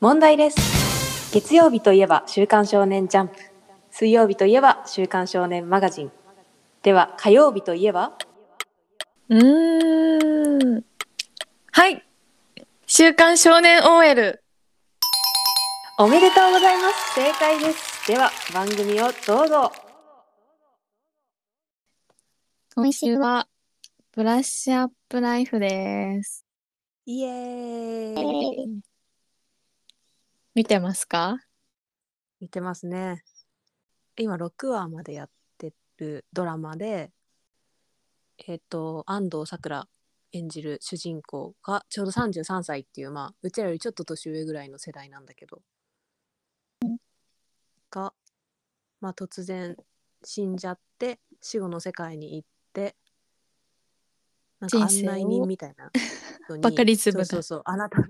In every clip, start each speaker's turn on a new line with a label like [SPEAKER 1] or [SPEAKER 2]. [SPEAKER 1] 問題です月曜日といえば「週刊少年ジャンプ」水曜日といえば「週刊少年マガジン」では火曜日といえば
[SPEAKER 2] うーん。はい。週刊少年 OL。
[SPEAKER 1] おめでとうございます正解ですでは番組をどうぞ
[SPEAKER 2] 今週は、ブラッシュアップライフです。
[SPEAKER 1] イエーイ
[SPEAKER 2] 見てますか
[SPEAKER 1] 見てますね今6話までやってるドラマでえっ、と安藤サクラ演じる主人公がちょうど33歳っていうまあうちらよりちょっと年上ぐらいの世代なんだけどが、まあ、突然死んじゃって死後の世界に行ってなんか
[SPEAKER 2] 人生
[SPEAKER 1] 案
[SPEAKER 2] を
[SPEAKER 1] 内人みたいな人に
[SPEAKER 2] バカリズムだ
[SPEAKER 1] そうそうそうあなたの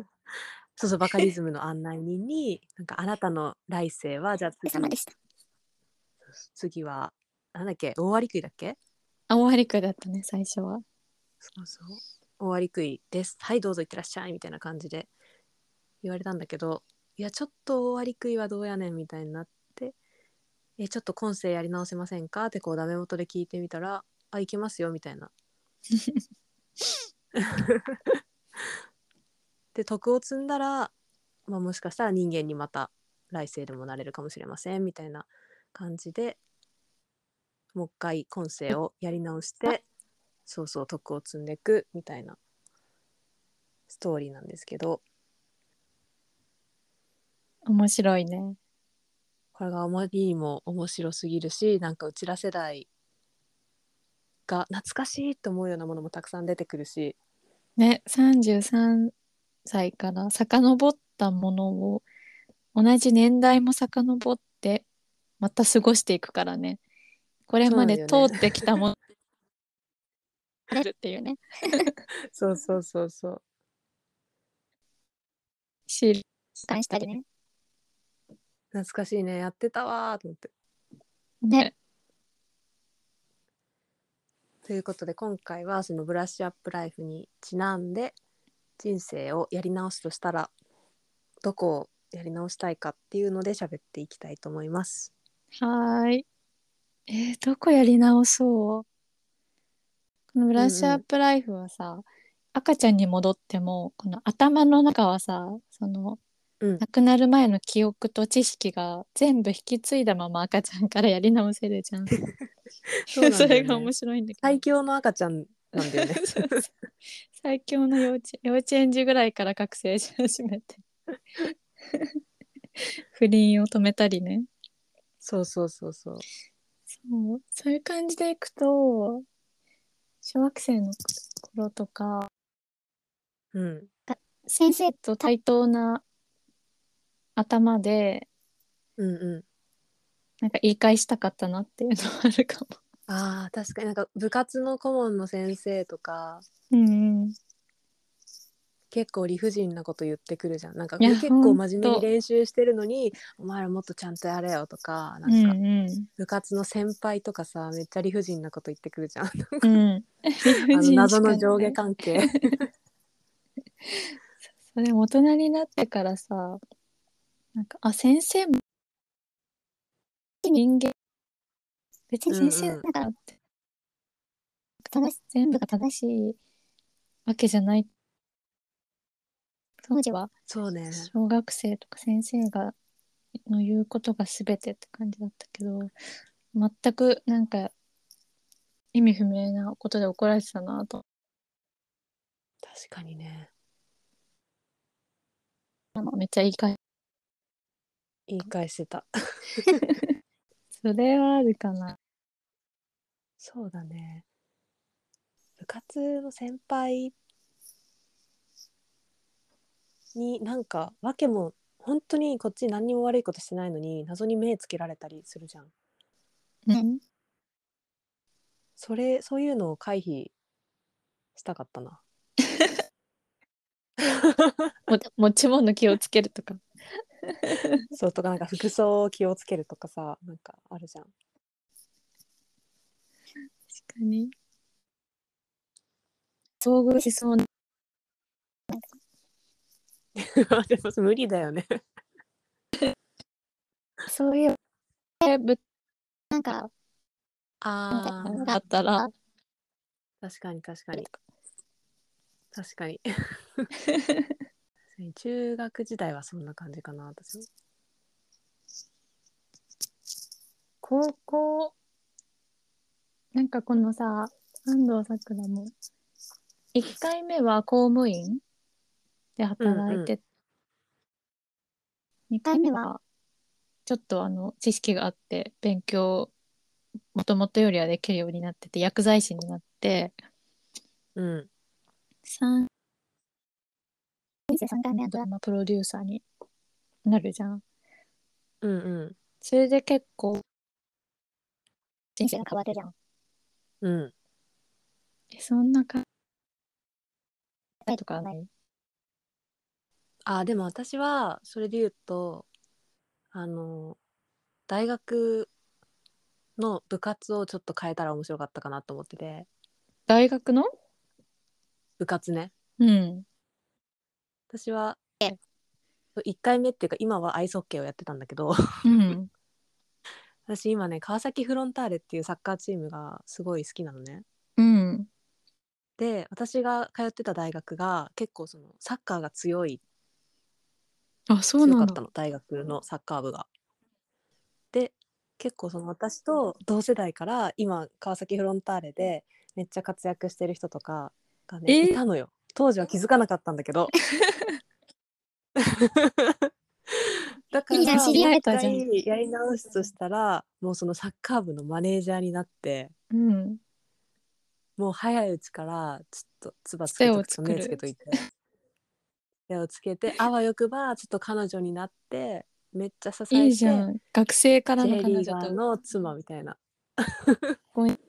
[SPEAKER 1] そうそうバカリズムの案内人になんかあなたの来世はじゃあ次
[SPEAKER 2] 様でした。
[SPEAKER 1] 次はなんだっけ大割り食いだっけ
[SPEAKER 2] あ、大張りくだったね、最初は。
[SPEAKER 1] そうそう大割り食いですはいどうぞいってらっしゃいみたいな感じで言われたんだけどいやちょっと大割り食いはどうやねんみたいになってえちょっと今世やり直せませんかってこうダメ元で聞いてみたらあ行きますよみたいな で徳を積んだら、まあ、もしかしたら人間にまた来世でもなれるかもしれませんみたいな感じでもう一回今世をやり直してそうそう徳を積んでいくみたいなストーリーなんですけど
[SPEAKER 2] 面白いね。
[SPEAKER 1] これがあまりにも面白すぎるしなんかうちら世代が懐かしいと思うようなものもたくさん出てくるし
[SPEAKER 2] ね、33歳から遡ったものを、同じ年代も遡って、また過ごしていくからね。これまで
[SPEAKER 1] そう
[SPEAKER 2] 通
[SPEAKER 1] なんだよね
[SPEAKER 2] ってきたもの、あるっていうね。
[SPEAKER 1] そうそうそうそう
[SPEAKER 2] 知る。
[SPEAKER 3] 返したりね。
[SPEAKER 1] 懐かしいねやってたわーと思って。
[SPEAKER 2] ね。
[SPEAKER 1] ということで今回はそのブラッシュアップライフにちなんで人生をやり直すとしたらどこをやり直したいかっていうので喋っていきたいと思います。
[SPEAKER 2] はーい。えーどこやり直そうこのブラッシュアップライフはさ、赤ちゃんに戻っても、この頭の中はさ、その、
[SPEAKER 1] うん
[SPEAKER 2] 亡くなる前の記憶と知識が全部引き継いだまま赤ちゃんからやり直せるじ ゃん。
[SPEAKER 1] そうなんだよね
[SPEAKER 2] れが面白いんだけど。。
[SPEAKER 1] 最強の赤ちゃんなんだよ ね
[SPEAKER 2] そうそう最強の幼稚幼稚園児ぐらいから覚醒し始め て不倫を止めたりね
[SPEAKER 1] そうそうそうそう。
[SPEAKER 2] そうそういう感じでいくと小学生の頃とか
[SPEAKER 1] うん。
[SPEAKER 3] 先生、
[SPEAKER 2] と対等な頭で
[SPEAKER 1] うんう
[SPEAKER 2] なんか言い返したかったなっていうのはあるかも。
[SPEAKER 1] ん。ああ確かになんか部活の顧問の先生とか
[SPEAKER 2] うんうん、
[SPEAKER 1] 結構理不尽なこと言ってくるじゃん。なんか
[SPEAKER 2] いや
[SPEAKER 1] 結構真面目
[SPEAKER 2] ほん
[SPEAKER 1] に
[SPEAKER 2] と
[SPEAKER 1] 練習してるのにお前らもっとちゃんとやれよとかな
[SPEAKER 2] うん
[SPEAKER 1] か
[SPEAKER 2] ん
[SPEAKER 1] 部活の先輩とかさめっちゃ理不尽なこと言ってくるじゃん。
[SPEAKER 2] うん、
[SPEAKER 1] あ
[SPEAKER 2] 理不
[SPEAKER 1] の
[SPEAKER 2] 尽
[SPEAKER 1] 謎の
[SPEAKER 2] しか
[SPEAKER 1] 上
[SPEAKER 2] ない
[SPEAKER 1] 下関係
[SPEAKER 2] それ大人になってからさなんかあ先生も人間別に先
[SPEAKER 1] うんう
[SPEAKER 2] 生
[SPEAKER 1] ん
[SPEAKER 2] だからって、
[SPEAKER 3] 正し
[SPEAKER 2] 全部が正しいわけじゃない当時は
[SPEAKER 1] そうね
[SPEAKER 2] 小学生とか先生がの言うことが全てって感じだったけど全くなんか意味不明なことで怒られてたなと
[SPEAKER 1] 確かにね
[SPEAKER 2] めっちゃ言い返
[SPEAKER 1] 言い返してた
[SPEAKER 2] それはあるかな
[SPEAKER 1] そうだね部活の先輩になんか訳も本当にこっち何にも悪いことしてないのに謎に目つけられたりするじゃん
[SPEAKER 2] うん
[SPEAKER 1] それそういうのを回避したかった な
[SPEAKER 2] も持ち物気をつけるとか
[SPEAKER 1] そうとかなんか服装を気をつけるとかさなんかあるじゃん
[SPEAKER 2] 確かに。遭遇しそうな。
[SPEAKER 1] でも無理だよね。
[SPEAKER 3] そういう、
[SPEAKER 2] でぶっ
[SPEAKER 3] なんか、
[SPEAKER 1] あ
[SPEAKER 3] ー
[SPEAKER 2] あったら
[SPEAKER 1] あ、確かに確かに。確 かに。中学時代はそんな感じかな、私も。
[SPEAKER 2] 高校なんかこのさ安藤サクラも1回目は公務員で働いて、二2回目はちょっとあの知識があって勉強もともとよりはできるようになってて薬剤師になって
[SPEAKER 1] うん。
[SPEAKER 2] 3
[SPEAKER 3] 人生3回目
[SPEAKER 2] ドラ
[SPEAKER 3] は、
[SPEAKER 2] マプロデューサーになるじゃん。
[SPEAKER 1] うんうん。
[SPEAKER 2] それで結構
[SPEAKER 3] 人生が変わるじゃん。
[SPEAKER 1] うん。
[SPEAKER 2] えそんな感じとかない
[SPEAKER 1] あ、でも私は、それで言うと、あの、大学の部活をちょっと変えたら面白かったかなと思ってて、
[SPEAKER 2] 大学の
[SPEAKER 1] 部活ね。
[SPEAKER 2] うん。
[SPEAKER 1] 私は
[SPEAKER 3] え、
[SPEAKER 1] 1回目っていうか、今はアイスホッケーをやってたんだけど、
[SPEAKER 2] うん。
[SPEAKER 1] 私今ね、川崎フロンターレっていうサッカーチームがすごい好きなのね。
[SPEAKER 2] うん。
[SPEAKER 1] で私が通ってた大学が結構そのサッカーが強い
[SPEAKER 2] あ、そう
[SPEAKER 1] 強
[SPEAKER 2] な
[SPEAKER 1] か
[SPEAKER 2] ん
[SPEAKER 1] った
[SPEAKER 2] だ。
[SPEAKER 1] の大学のサッカー部が。で結構その私と同世代から今川崎フロンターレでめっちゃ活躍してる人とかがね、
[SPEAKER 2] えー
[SPEAKER 1] いたのよ当時は気づかなかったんだけど。だか
[SPEAKER 3] いいじゃん
[SPEAKER 1] ら
[SPEAKER 3] 知り合え
[SPEAKER 2] たじゃん
[SPEAKER 1] もう一回やり直すとしたらもうそのサッカー部のマネージャーになって。
[SPEAKER 2] うん。
[SPEAKER 1] もう早いうちからちょっとつばつけとく
[SPEAKER 2] つ
[SPEAKER 1] と
[SPEAKER 2] てを作る
[SPEAKER 1] 目つけといて手をつけてあわよくばちょっと彼女になってめっちゃ支えて
[SPEAKER 2] いいじゃん。学生から
[SPEAKER 1] J
[SPEAKER 2] の彼
[SPEAKER 1] リ
[SPEAKER 2] 女
[SPEAKER 1] ーガー
[SPEAKER 2] と。
[SPEAKER 1] の妻みたいな
[SPEAKER 2] ごめん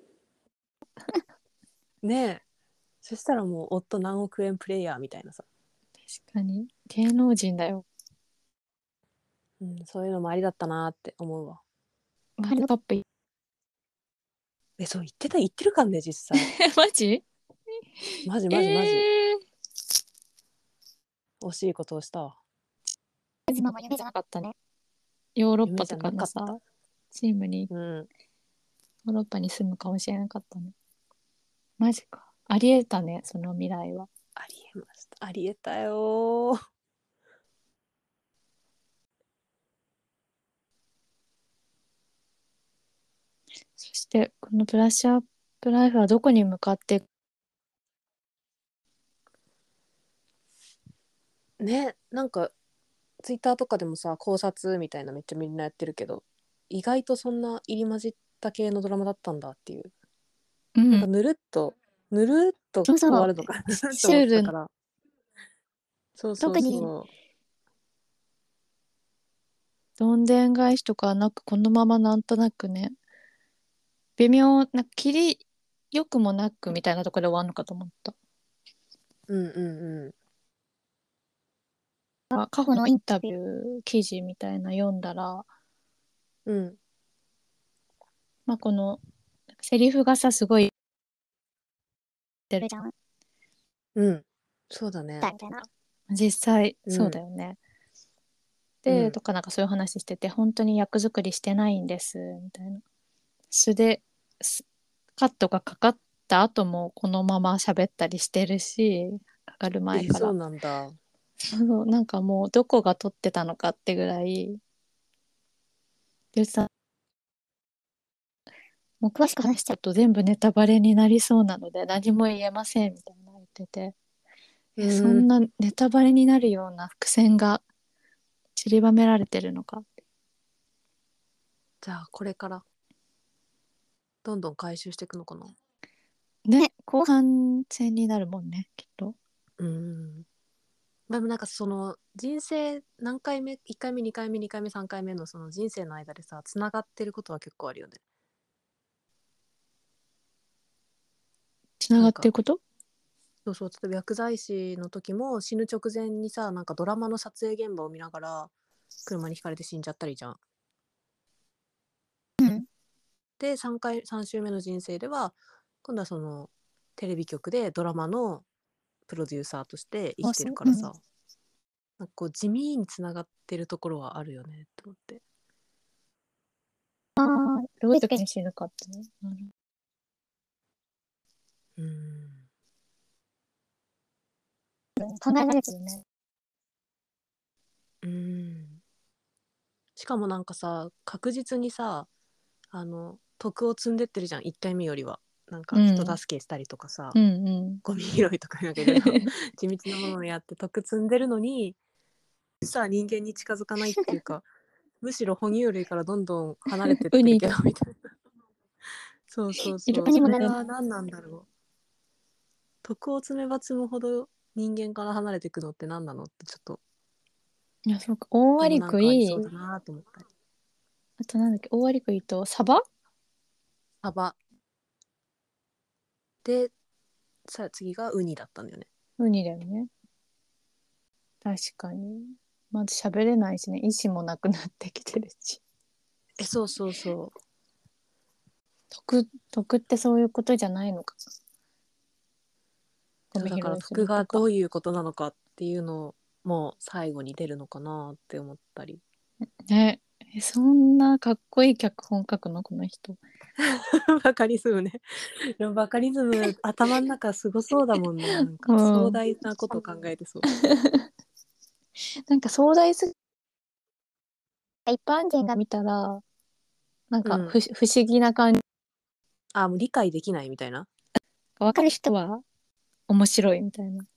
[SPEAKER 1] ねえそしたらもう夫何億円プレイヤーみたいなさ、
[SPEAKER 2] 確かに。芸能人だよ。
[SPEAKER 1] うん、そういうのもありだったなって思うわ
[SPEAKER 2] ワールドカップ。
[SPEAKER 1] えそう言ってた言ってるかんね 実際
[SPEAKER 2] マジ
[SPEAKER 1] マジ
[SPEAKER 2] マ
[SPEAKER 1] マジマジ、惜しいことをしたわ
[SPEAKER 3] 今も夢じゃなかったね。
[SPEAKER 2] ヨーロッパとかのさ、チームに、
[SPEAKER 1] うん
[SPEAKER 2] ヨーロッパに住むかもしれなかったね。マジか。ありえたね、その未来は。
[SPEAKER 1] ありえましたありえたよー
[SPEAKER 2] そして、このブラッシュアップライフはどこに向かっていく
[SPEAKER 1] ねなんかツイッターとかでもさ考察みたいなめっちゃみんなやってるけど意外とそんな入り混じった系のドラマだったんだっていう、
[SPEAKER 2] う
[SPEAKER 1] なんか。ぬるっとぬるっと
[SPEAKER 3] そうそう
[SPEAKER 1] 終わるのかなと思ったからそうそう
[SPEAKER 3] 特に
[SPEAKER 1] そう
[SPEAKER 2] どんでん返しとかなく、このままなんとなくね、微妙な、切り良くもなくみたいなところで終わるのかと思った。
[SPEAKER 1] うんうんう
[SPEAKER 2] あ過去のインタビュー記事みたいな読んだら、
[SPEAKER 1] んうん
[SPEAKER 2] まあ、このセリフがさすごい
[SPEAKER 3] いるじゃん。
[SPEAKER 1] うんそうだね
[SPEAKER 3] だみたいな。
[SPEAKER 2] 実際
[SPEAKER 1] うん
[SPEAKER 2] そうだよね。
[SPEAKER 1] う
[SPEAKER 2] で
[SPEAKER 1] ん
[SPEAKER 2] とかなんかそういう話してて本当に役作りしてないんですみたいな。素ですカットがかかった後もこのまま喋ったりしてるしかかる前
[SPEAKER 1] え
[SPEAKER 2] から
[SPEAKER 1] そうなんだ
[SPEAKER 2] そうなんかもうどこが撮ってたのかってぐらいでさもう詳しく話しちゃうと全部ネタバレになりそうなので何も言えませんみたいな言ってて、えそんなネタバレになるような伏線が散りばめられてるのか
[SPEAKER 1] じゃあこれからどんどん回収していくのかな
[SPEAKER 2] ね後半戦になるもんねきっと
[SPEAKER 1] うんでもなんかその人生何回目1回目2回目2回目3回目のその人生の間でさつながってることは結構あるよね。
[SPEAKER 2] つながってること
[SPEAKER 1] そうそう例えば薬剤師の時も死ぬ直前にさなんかドラマの撮影現場を見ながら車にひかれて死んじゃったりじゃん。
[SPEAKER 3] うん。
[SPEAKER 1] で3回3週目の人生では今度はそのテレビ局でドラマのプロデューサーとして生きてるからさ、なんかこう地味につながってるところはあるよねと思って
[SPEAKER 3] ああ、
[SPEAKER 2] どういう時に知るかってね。なる
[SPEAKER 1] うん
[SPEAKER 3] 考えられてるね。
[SPEAKER 1] うんしかもなんかさ確実にさあの徳を積んでってるじゃん1回目よりはなんか
[SPEAKER 2] うん
[SPEAKER 1] 人助けしたりとかさ、
[SPEAKER 2] うんうん。
[SPEAKER 1] ゴミ拾いとかなんかいろいろ地道なものをやって得積んでるのに実は人間に近づかないっていう かむしろ哺乳類からどんどん離れてって
[SPEAKER 2] ウ
[SPEAKER 1] る
[SPEAKER 2] ニ
[SPEAKER 1] け
[SPEAKER 2] と
[SPEAKER 1] どみたいな そうそうそ
[SPEAKER 2] いろ
[SPEAKER 1] う
[SPEAKER 2] い
[SPEAKER 1] そ
[SPEAKER 2] ろ
[SPEAKER 1] れは何なんだろう徳を積めば積むほど人間から離れていくのって何なのってちょっと
[SPEAKER 2] いや、そうか。大割り
[SPEAKER 1] なんかあ
[SPEAKER 2] 食
[SPEAKER 1] り
[SPEAKER 2] い、
[SPEAKER 1] そうだなと思ったり
[SPEAKER 2] あとなんだっけ、大割り食いと、サバ
[SPEAKER 1] サバでさあ次がウニだったんだよね
[SPEAKER 2] ウニだよね。確かに。まず喋れないしね、意思もなくなってきてるし。
[SPEAKER 1] えそうそうそう
[SPEAKER 2] 徳、徳ってそういうことじゃないのか。
[SPEAKER 1] そうだから
[SPEAKER 2] する
[SPEAKER 1] 服が
[SPEAKER 2] と
[SPEAKER 1] どういうことなのかっていうのも最後に出るのかなって思ったり
[SPEAKER 2] ねえそんなかっこいい脚本書くのこの人。
[SPEAKER 1] バカリズムねでもバカリズム頭の中すごそうだも んねなんか
[SPEAKER 2] うん
[SPEAKER 1] 壮大なこと考えてそう
[SPEAKER 2] なんか壮大すぎ
[SPEAKER 3] 一般人が
[SPEAKER 2] が
[SPEAKER 3] 見
[SPEAKER 2] 見たらなんか
[SPEAKER 1] うん
[SPEAKER 2] 不,、不思議な感じ
[SPEAKER 1] あもう理解できないみたいな
[SPEAKER 2] が分かる人は面白いみたいな。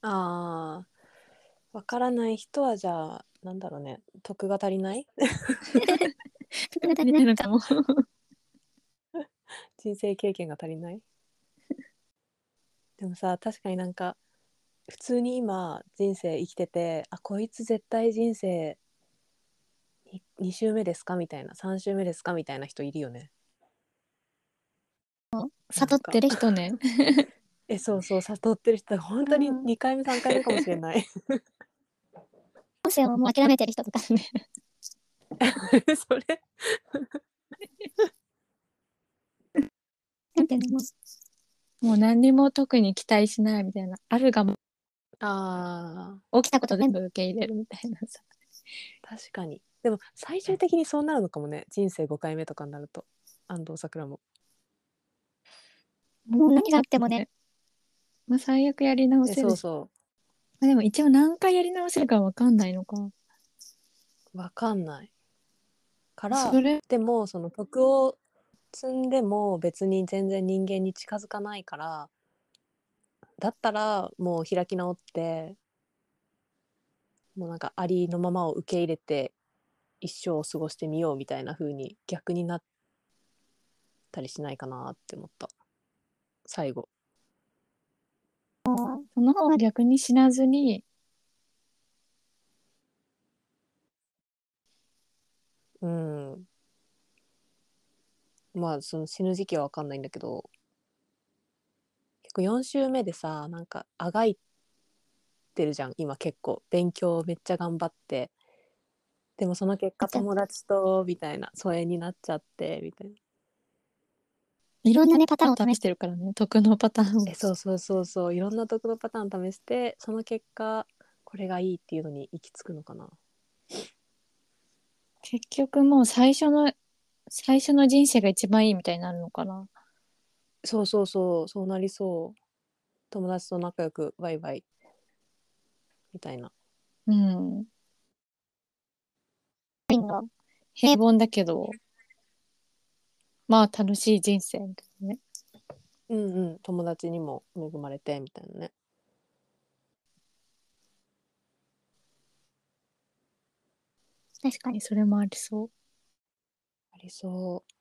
[SPEAKER 1] あーわからない人はじゃあなんだろうね得が足りない
[SPEAKER 3] てくれた
[SPEAKER 2] な
[SPEAKER 3] ね。
[SPEAKER 2] んかもう
[SPEAKER 1] 人生経験が足りないでもさ確かになんか普通に今人生生きててあこいつ絶対人生に 2, 週目ですかみたいな3週目ですかみたいな人いるよね
[SPEAKER 2] 悟ってる人ね。
[SPEAKER 1] えそうそう悟ってる人本当に
[SPEAKER 3] うん
[SPEAKER 1] 2回目3回目かもしれない
[SPEAKER 3] 本性をもう諦めてる人とか。
[SPEAKER 1] それ
[SPEAKER 3] なんていうのもう
[SPEAKER 2] もう何にも特に期待しないみたいな。あるがま
[SPEAKER 1] あ
[SPEAKER 2] 起きたこと全部受け入れるみたいなさ。
[SPEAKER 1] ー確かにでも最終的にそうなるのかもね人生5回目とかになると安藤桜も
[SPEAKER 3] もう何があってもね。。
[SPEAKER 2] まあ最悪やり直
[SPEAKER 1] え
[SPEAKER 2] せ
[SPEAKER 1] そ
[SPEAKER 2] る
[SPEAKER 1] う
[SPEAKER 2] し。
[SPEAKER 1] そ
[SPEAKER 2] まあでも一応何回やり直せるか分かんないのか。
[SPEAKER 1] うわかんないから
[SPEAKER 2] それ
[SPEAKER 1] でもその徳を積んでも別に全然人間に近づかないからだったらもう開き直ってもうなんかありのままを受け入れて一生を過ごしてみようみたいな風に逆になったりしないかなって思った最後
[SPEAKER 2] その方が逆に死なずに
[SPEAKER 1] うんまあその死ぬ時期は分かんないんだけど結構4週目でさなんかあがいてるじゃん今結構勉強めっちゃ頑張ってでもその結果友達とみたいな疎遠になっちゃってみたい
[SPEAKER 2] いろんなねパターンを試してるからね得のパターンを
[SPEAKER 1] なえそうそうそうそういろんな得のパターン試してその結果これがいいっていうのに行き着くのかな
[SPEAKER 2] 結局もう最初の最初の人生が一番いいみたいになるのかな
[SPEAKER 1] そうそうそうそうなりそう友達と仲良くワイワイみたいな
[SPEAKER 2] うん
[SPEAKER 3] リンゴ。
[SPEAKER 2] 平凡だけどまあ楽しい人生みたいなね
[SPEAKER 1] うんうん友達にも恵まれてみたいなね
[SPEAKER 3] 確かに。
[SPEAKER 2] それもありそう
[SPEAKER 1] ありそう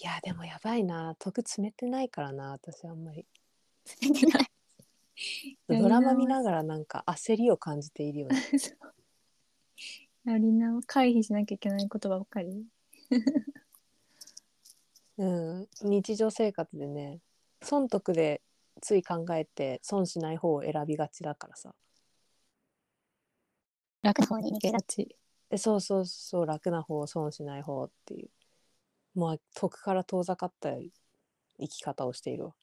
[SPEAKER 1] いやでもやばいな得詰めてないからな私あんまり
[SPEAKER 2] やり直す
[SPEAKER 1] ドラマ見ながらなんか焦りを感じているよね
[SPEAKER 2] やりな回避しなきゃいけないことばっかり
[SPEAKER 1] うん日常生活でね損得でつい考えて損しない方を選びがちだからさ
[SPEAKER 2] 楽
[SPEAKER 3] な方に逃げが
[SPEAKER 2] ち
[SPEAKER 1] でそうそうそう楽な方損しない方っていうもう得から遠ざかった生き方をしているわ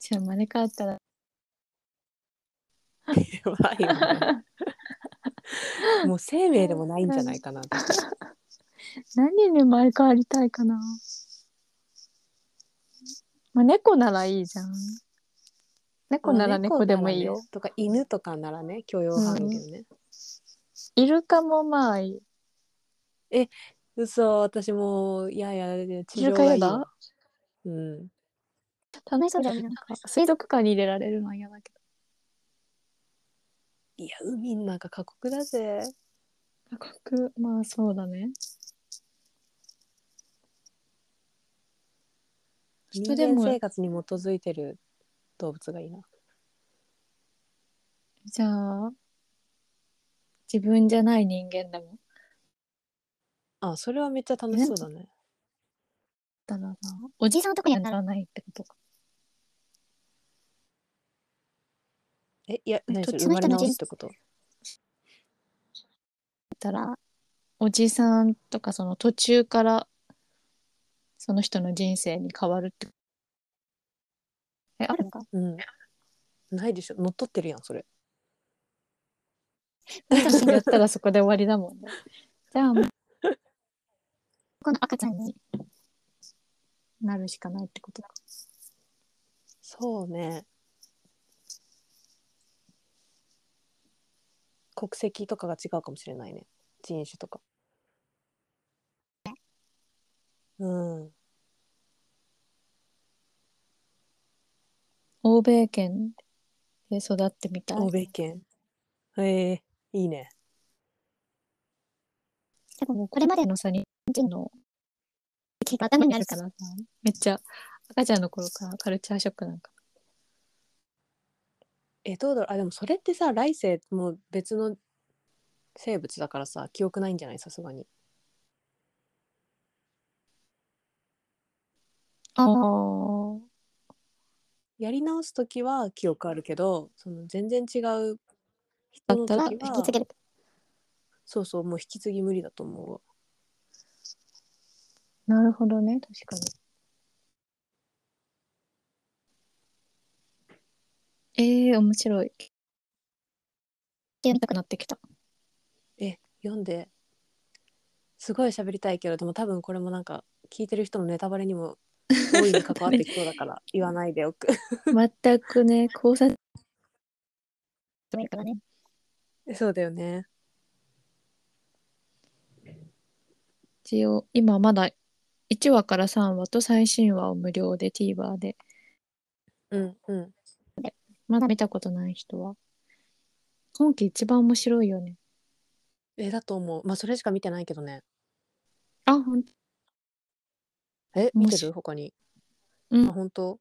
[SPEAKER 2] じゃあまれ変わったら
[SPEAKER 1] は今ねもう生命でもないんじゃないか な私
[SPEAKER 2] 何に前変わりたいかな。まあ、猫ならいいじゃん。猫なら猫でもいいよ。
[SPEAKER 1] まあ猫ならねとか犬とかならね許容範囲だよね、
[SPEAKER 2] イルカもまあいい。
[SPEAKER 1] 嘘私もういやいやいや地上
[SPEAKER 2] イルカ
[SPEAKER 1] がい
[SPEAKER 2] や
[SPEAKER 1] い
[SPEAKER 2] だ
[SPEAKER 1] わうん
[SPEAKER 2] 楽しそうだよね。なんか水族館に入れられるのは嫌だけ
[SPEAKER 1] いや海なんか過酷だぜ
[SPEAKER 2] ど。過酷。まあそうだね。
[SPEAKER 1] 人
[SPEAKER 2] 人でも
[SPEAKER 1] 間生活に基づいてる動物がいいな
[SPEAKER 2] じゃあ、自分じゃない人間でも。
[SPEAKER 1] あそれはめっちゃ楽しそうだね
[SPEAKER 2] だからな。おじさんとかにはならないってことか。
[SPEAKER 1] えいや何それ
[SPEAKER 2] どっ
[SPEAKER 1] 生ま
[SPEAKER 2] ちの
[SPEAKER 1] れ
[SPEAKER 2] 人の
[SPEAKER 1] 直
[SPEAKER 2] 人
[SPEAKER 1] すってこと
[SPEAKER 2] だったら、おじさんとかその途中から、その人の人生に変わるって。え、あ
[SPEAKER 3] ある
[SPEAKER 2] る
[SPEAKER 3] のか
[SPEAKER 1] うんないでしょ乗っ取ってるやんそれ
[SPEAKER 2] 死んじゃったらそこで終わりだもんね。じゃあ、もう
[SPEAKER 3] この赤ちゃんに。
[SPEAKER 2] なるしかないってことか。
[SPEAKER 1] そうね国籍とかが違うかもしれないね人種とかうん
[SPEAKER 2] 欧米圏で育ってみたい。
[SPEAKER 1] 欧米圏へえいいね
[SPEAKER 3] でも、こ
[SPEAKER 2] こ
[SPEAKER 3] れ
[SPEAKER 2] れ
[SPEAKER 3] ま
[SPEAKER 2] ま
[SPEAKER 3] で
[SPEAKER 2] で
[SPEAKER 3] の
[SPEAKER 2] のさ、日本人の
[SPEAKER 3] 結構頭
[SPEAKER 2] 頭
[SPEAKER 3] に
[SPEAKER 2] に
[SPEAKER 3] あ
[SPEAKER 2] あ
[SPEAKER 3] る
[SPEAKER 2] る
[SPEAKER 3] か
[SPEAKER 2] かららさ、めっちゃ赤ちゃんの頃からカルチャーショックなんか。
[SPEAKER 1] えどうだろうあでもそれってさ来世もう別の生物だからさ記憶ないんじゃないさすがに
[SPEAKER 2] ああ。
[SPEAKER 1] やり直す時は記憶あるけどその全然違う人の
[SPEAKER 2] だ
[SPEAKER 1] 時
[SPEAKER 2] っ
[SPEAKER 1] は
[SPEAKER 3] あ引き継げる。
[SPEAKER 1] そうそうもう引き継ぎ無理だと思うわ
[SPEAKER 2] なるほどね、確かに。ええ面白い。
[SPEAKER 3] 読み
[SPEAKER 2] 見
[SPEAKER 3] と
[SPEAKER 2] た
[SPEAKER 3] か
[SPEAKER 2] くなってきた。
[SPEAKER 1] 読んですごい喋りたいけどでも多分これもなんか聞いてる人のネタバレに も大いに関わってきそうだから 言わないでおく
[SPEAKER 2] 全くね、考察
[SPEAKER 3] でもいいからね。
[SPEAKER 1] そうだよね
[SPEAKER 2] を、今まだ1話から3話と最新話を無料で TVer で、
[SPEAKER 1] うんうん
[SPEAKER 2] まだ見たことない人は。今季一番面白いよね。
[SPEAKER 1] えだと思うまあそれしか見てないけどね
[SPEAKER 2] あ、ほん
[SPEAKER 1] え見
[SPEAKER 2] 面
[SPEAKER 1] て
[SPEAKER 2] 白
[SPEAKER 1] る他に
[SPEAKER 2] うん
[SPEAKER 1] あ本当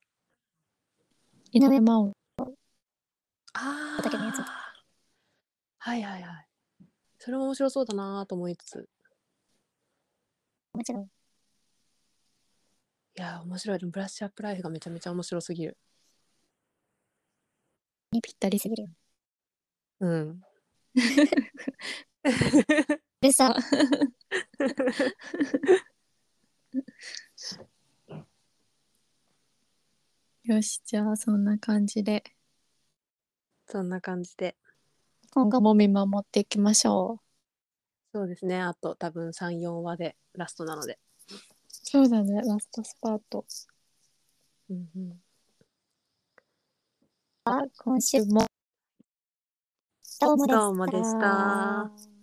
[SPEAKER 2] 井上真央。
[SPEAKER 1] あ
[SPEAKER 3] 畑のやつ
[SPEAKER 1] はいはいはいそれも面白そうだなと思いつつ
[SPEAKER 3] もちろん。
[SPEAKER 1] いやー面白いでもブラッシュアップライフがめちゃめちゃ面白すぎる
[SPEAKER 2] にぴったりす
[SPEAKER 3] す
[SPEAKER 2] ぎ
[SPEAKER 3] ぎ
[SPEAKER 2] る。
[SPEAKER 3] るよ。
[SPEAKER 1] うん
[SPEAKER 3] でさ、
[SPEAKER 2] よし、じゃあそんな感じで、
[SPEAKER 1] そんな感じで
[SPEAKER 2] 今後も見守っていきましょう。
[SPEAKER 1] そうですねあと多分34話でラストなので、
[SPEAKER 2] そうだね、ラストスパート。
[SPEAKER 1] うんうん、
[SPEAKER 3] 今週
[SPEAKER 2] も
[SPEAKER 3] どうも
[SPEAKER 1] どうも
[SPEAKER 3] で
[SPEAKER 1] で
[SPEAKER 3] し。
[SPEAKER 1] したた。
[SPEAKER 2] た。